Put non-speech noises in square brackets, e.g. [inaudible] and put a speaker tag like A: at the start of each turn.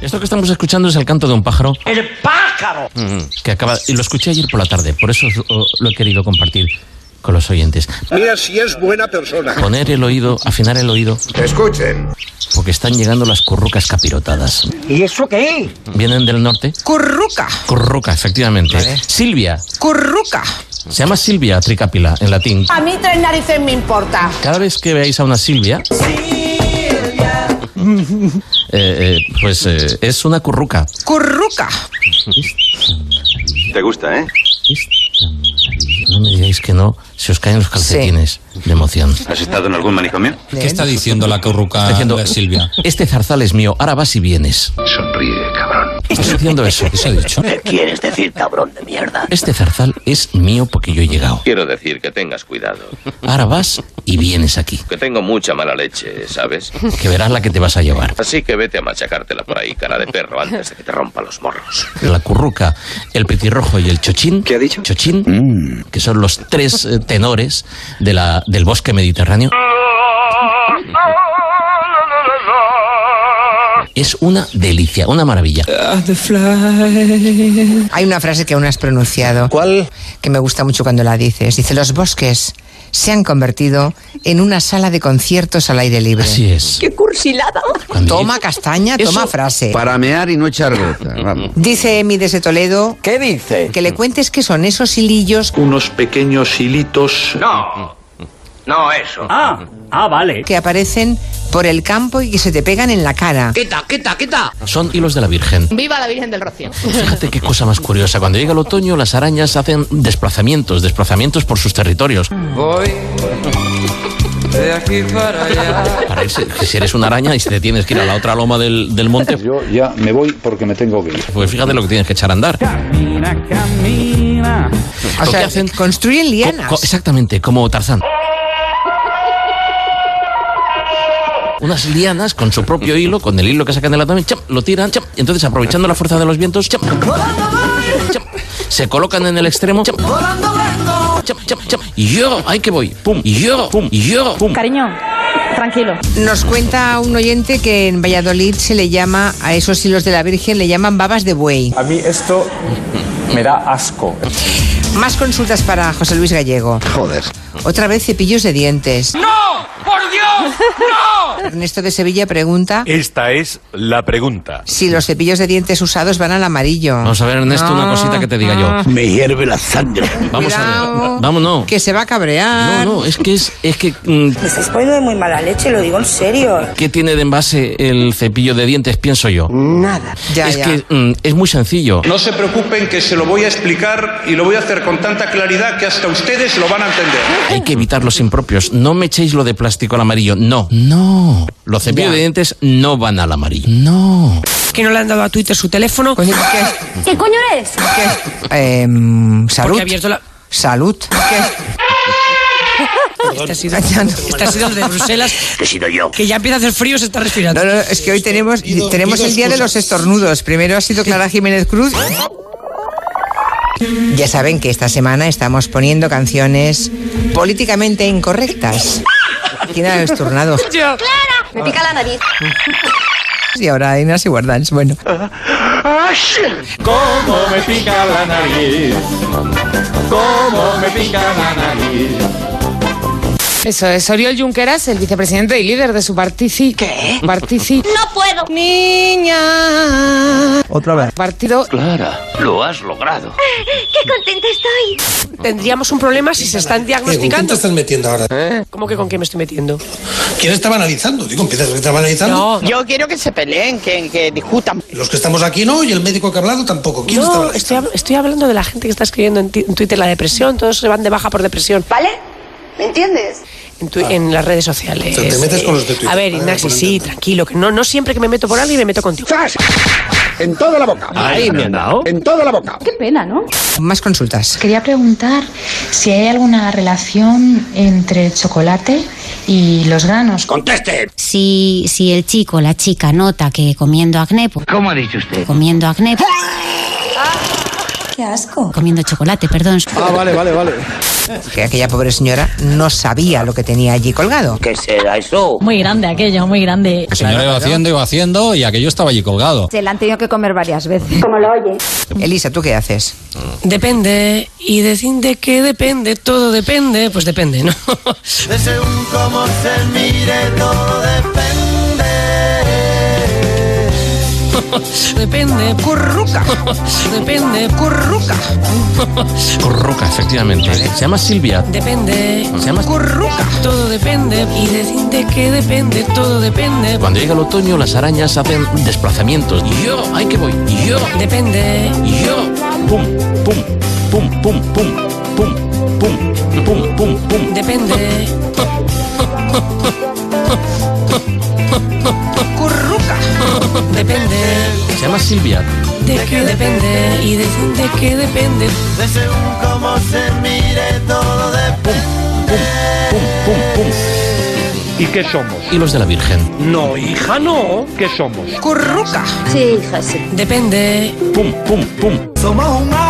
A: Esto que estamos escuchando es el canto de un pájaro
B: ¡El pájaro!
A: que acaba. Y lo escuché ayer por la tarde, por eso os lo, lo he querido compartir con los oyentes.
C: Mira si es buena persona.
A: Poner el oído, afinar el oído,
C: Escuchen.
A: porque están llegando las currucas capirotadas.
B: ¿Y eso qué?
A: Vienen del norte.
D: Curruca,
A: Curruca, efectivamente. Silvia.
D: curruca.
A: Se llama Silvia Tricapila en latín.
E: A mí tres narices me importa.
A: Cada vez que veáis a una Silvia. [laughs] eh, eh, pues eh, es una curruca.
D: Curruca.
F: Te gusta, ¿eh?
A: No me digáis que no, se os caen los calcetines de emoción.
F: ¿Has estado en algún manicomio?
G: ¿Qué está diciendo la curruca
A: Diciendo,
G: de Silvia?
A: Este zarzal es mío, ahora vas y vienes.
F: Sonríe, cabrón.
A: Está diciendo eso.
G: ¿Eso ha dicho?
B: quieres decir, cabrón de mierda?
A: Este zarzal es mío porque yo he llegado.
F: Quiero decir que tengas cuidado.
A: Ahora vas y vienes aquí,
F: Que tengo mucha mala leche, ¿sabes?
A: que verás la que te vas a llevar.
F: Así que vete a machacártela por ahí, cara de perro, antes de que te rompa los morros.
A: La curruca, el petirrojo y el chochín.
F: ¿Qué ha dicho?
A: Chochín, que son los tres eh, tenores de la, del bosque mediterráneo. Es una delicia, una maravilla.
F: Ah.
D: Hay una frase que aún no has pronunciado. ¿Cuál? Que me gusta mucho cuando la dices. Dice, los bosques se han convertido en una sala de conciertos al aire libre.
A: Así es. ¡Qué cursilada!
D: Toma castaña,
A: Ah, Eso-
D: toma frase.
H: Para mear y no echar gota. Vamos.
D: Dice Emi desde Toledo
B: ¿Qué dice?
D: que le cuentes que son esos hilillos
I: Unos pequeños hilitos.
F: No, no eso.
B: Ah, ah, vale.
D: que aparecen por el campo y que se te pegan en la cara.
A: Son hilos de la Virgen.
E: Viva la Virgen del
A: [laughs]
E: Rocío.
A: Fíjate qué cosa más curiosa. Cuando llega el otoño, las arañas hacen desplazamientos, desplazamientos por sus territorios.
J: Voy de aquí para allá.
A: Para irse- que si eres una araña y si te tienes que ir a la otra loma del, del monte,
I: Yo ya me voy porque me tengo que ir.
A: pues fíjate lo que tienes que echar a andar.
D: O
A: Lo
D: sea,
A: que hacen-
D: construyen lianas.
A: Co- co- exactamente, como Tarzán. Unas lianas con su propio hilo, con el hilo que sacan de la toma, cham, lo tiran, cham, y entonces aprovechando la fuerza de los vientos, cham, cham, se colocan en el extremo, cham, cham, cham, cham, y yo, ahí que voy, pum, y yo, pum, y yo, pum.
E: Cariño, tranquilo.
D: Nos cuenta un oyente que en Valladolid se le llama, a esos hilos de la Virgen, le llaman babas de buey.
I: A mí esto me da asco.
D: Más consultas para José Luis Gallego.
H: Joder.
D: Otra vez cepillos de dientes.
B: ¡No! ¡Por Dios! ¡No!
D: Ernesto de Sevilla pregunta
I: Esta es la pregunta.
D: si los cepillos de dientes usados van al amarillo.
A: Vamos a ver, Ernesto, una cosita que te diga yo.
C: Me hierve la sangre.
A: Vamos a ver,
D: Cuidao,
A: vámonos.
D: Que se va a
A: No,
D: cabrear.
A: no, es que es, es que, mm,
E: Me estáis poniendo de muy mala leche, lo digo en serio.
A: ¿qué tiene de envase el cepillo de dientes? Pienso yo.
D: Ya,
A: es
D: ya.
A: que mm, es muy sencillo.
J: No se preocupen que se lo voy a explicar y lo voy a hacer con tanta claridad que hasta ustedes lo van a entender.
A: Hay que evitar los impropios. No me echéis lo de plástico al amarillo. No. No. Los cepillos
D: Ya.
A: de dientes no van al amarillo. No.
D: Que no le han dado a Twitter su teléfono.
E: ¿Qué coño eres?
D: Em, salud. Salud.
B: [laughs]
D: Este ha sido, este ha sido el de Bruselas.
B: Que he sido yo.
D: Que ya empieza a hacer frío, se está respirando. No, no, es que hoy tenemos, tenemos el día de los estornudos. Primero ha sido Clara Jiménez Cruz. Ya saben que esta semana estamos poniendo canciones políticamente incorrectas. ¿Quién ha estornado?
E: Me pica la nariz.
D: Y ahora Inés y Guardans. Bueno,
I: ¿Cómo me pica la nariz? ¿Cómo me pica la nariz?
K: Eso es Oriol Junqueras, el vicepresidente y líder de su partici. ¿Qué? Partici.
E: No puedo.
K: Niña.
J: Otra vez.
K: Partido.
F: Clara, lo has logrado.
E: Qué contenta estoy.
K: Tendríamos un problema si se están
J: Eh, ¿Quién te
K: diagnosticando.
J: estás metiendo ahora?
K: ¿Cómo que con qué me estoy metiendo?
J: ¿Quién está banalizando? Digo, empiezas a estar banalizando.
K: No,
B: Yo quiero que se peleen, que, que discutan.
J: Los que estamos aquí no, y el médico que ha hablado tampoco. ¿Quién está
K: no,
J: banalizando?
K: estoy, hab- estoy hablando de la gente que está escribiendo en, ti- en Twitter la depresión, todos se van de baja por depresión.
E: ¿Vale? ¿Me entiendes?
K: En, tu- en las redes sociales.
J: O sea, Ah. te metes con los de Twitter.
K: A ver,
J: Vale,
K: Ignacio,
J: vale,
K: sí,
J: entiendo.
K: tranquilo, que no, no siempre que me meto por alguien me meto contigo.
C: En toda la boca.
A: Ahí me han dado.
C: En toda la boca.
E: Qué pena, ¿no?
D: más consultas.
E: Quería preguntar si hay alguna relación entre el chocolate y los granos.
C: ¡Conteste!
E: Si, si el chico, la chica, nota que comiendo acné, pues,
F: ¿Cómo ha dicho usted?
E: comiendo acné,
L: Qué asco. Comiendo chocolate, perdón.
D: Ah, vale, vale, vale. Que aquella pobre señora no sabía lo que tenía allí colgado. ¿Qué será eso?
M: Muy grande aquello, muy grande.
G: La señora iba haciendo, iba haciendo y aquello estaba allí colgado.
M: Se la han tenido que comer varias veces. Como lo oye.
D: Elisa, ¿tú qué haces?
N: Depende. Y decir de qué depende, todo depende, pues depende, ¿no?
O: De según cómo se mire, todo depende.
N: depende, curruca. [laughs] Depende, curruca.
A: Curruca, efectivamente. Se llama Silvia.
N: Depende,
A: Se llama
N: curruca. Todo depende. Y decir de qué depende, todo depende.
A: Cuando llega el otoño, las arañas hacen desplazamientos. Y Yo, ahí que voy. Y Yo,
N: Depende.
A: y yo. Pum, pum, pum, pum, pum, pum, pum, pum, pum, pum.
N: Depende. Curruca. Depende.
A: Se llama Silvia.
N: ¿De qué depende? Y de, de qué depende.
O: De según cómo se mire, todo
A: ¿Y qué somos? Y los de la Virgen.
J: No, hija, no. ¿Qué somos?
N: Curruca. Sí, hija, sí. Depende.
A: Pum, pum, pum.
O: Somos un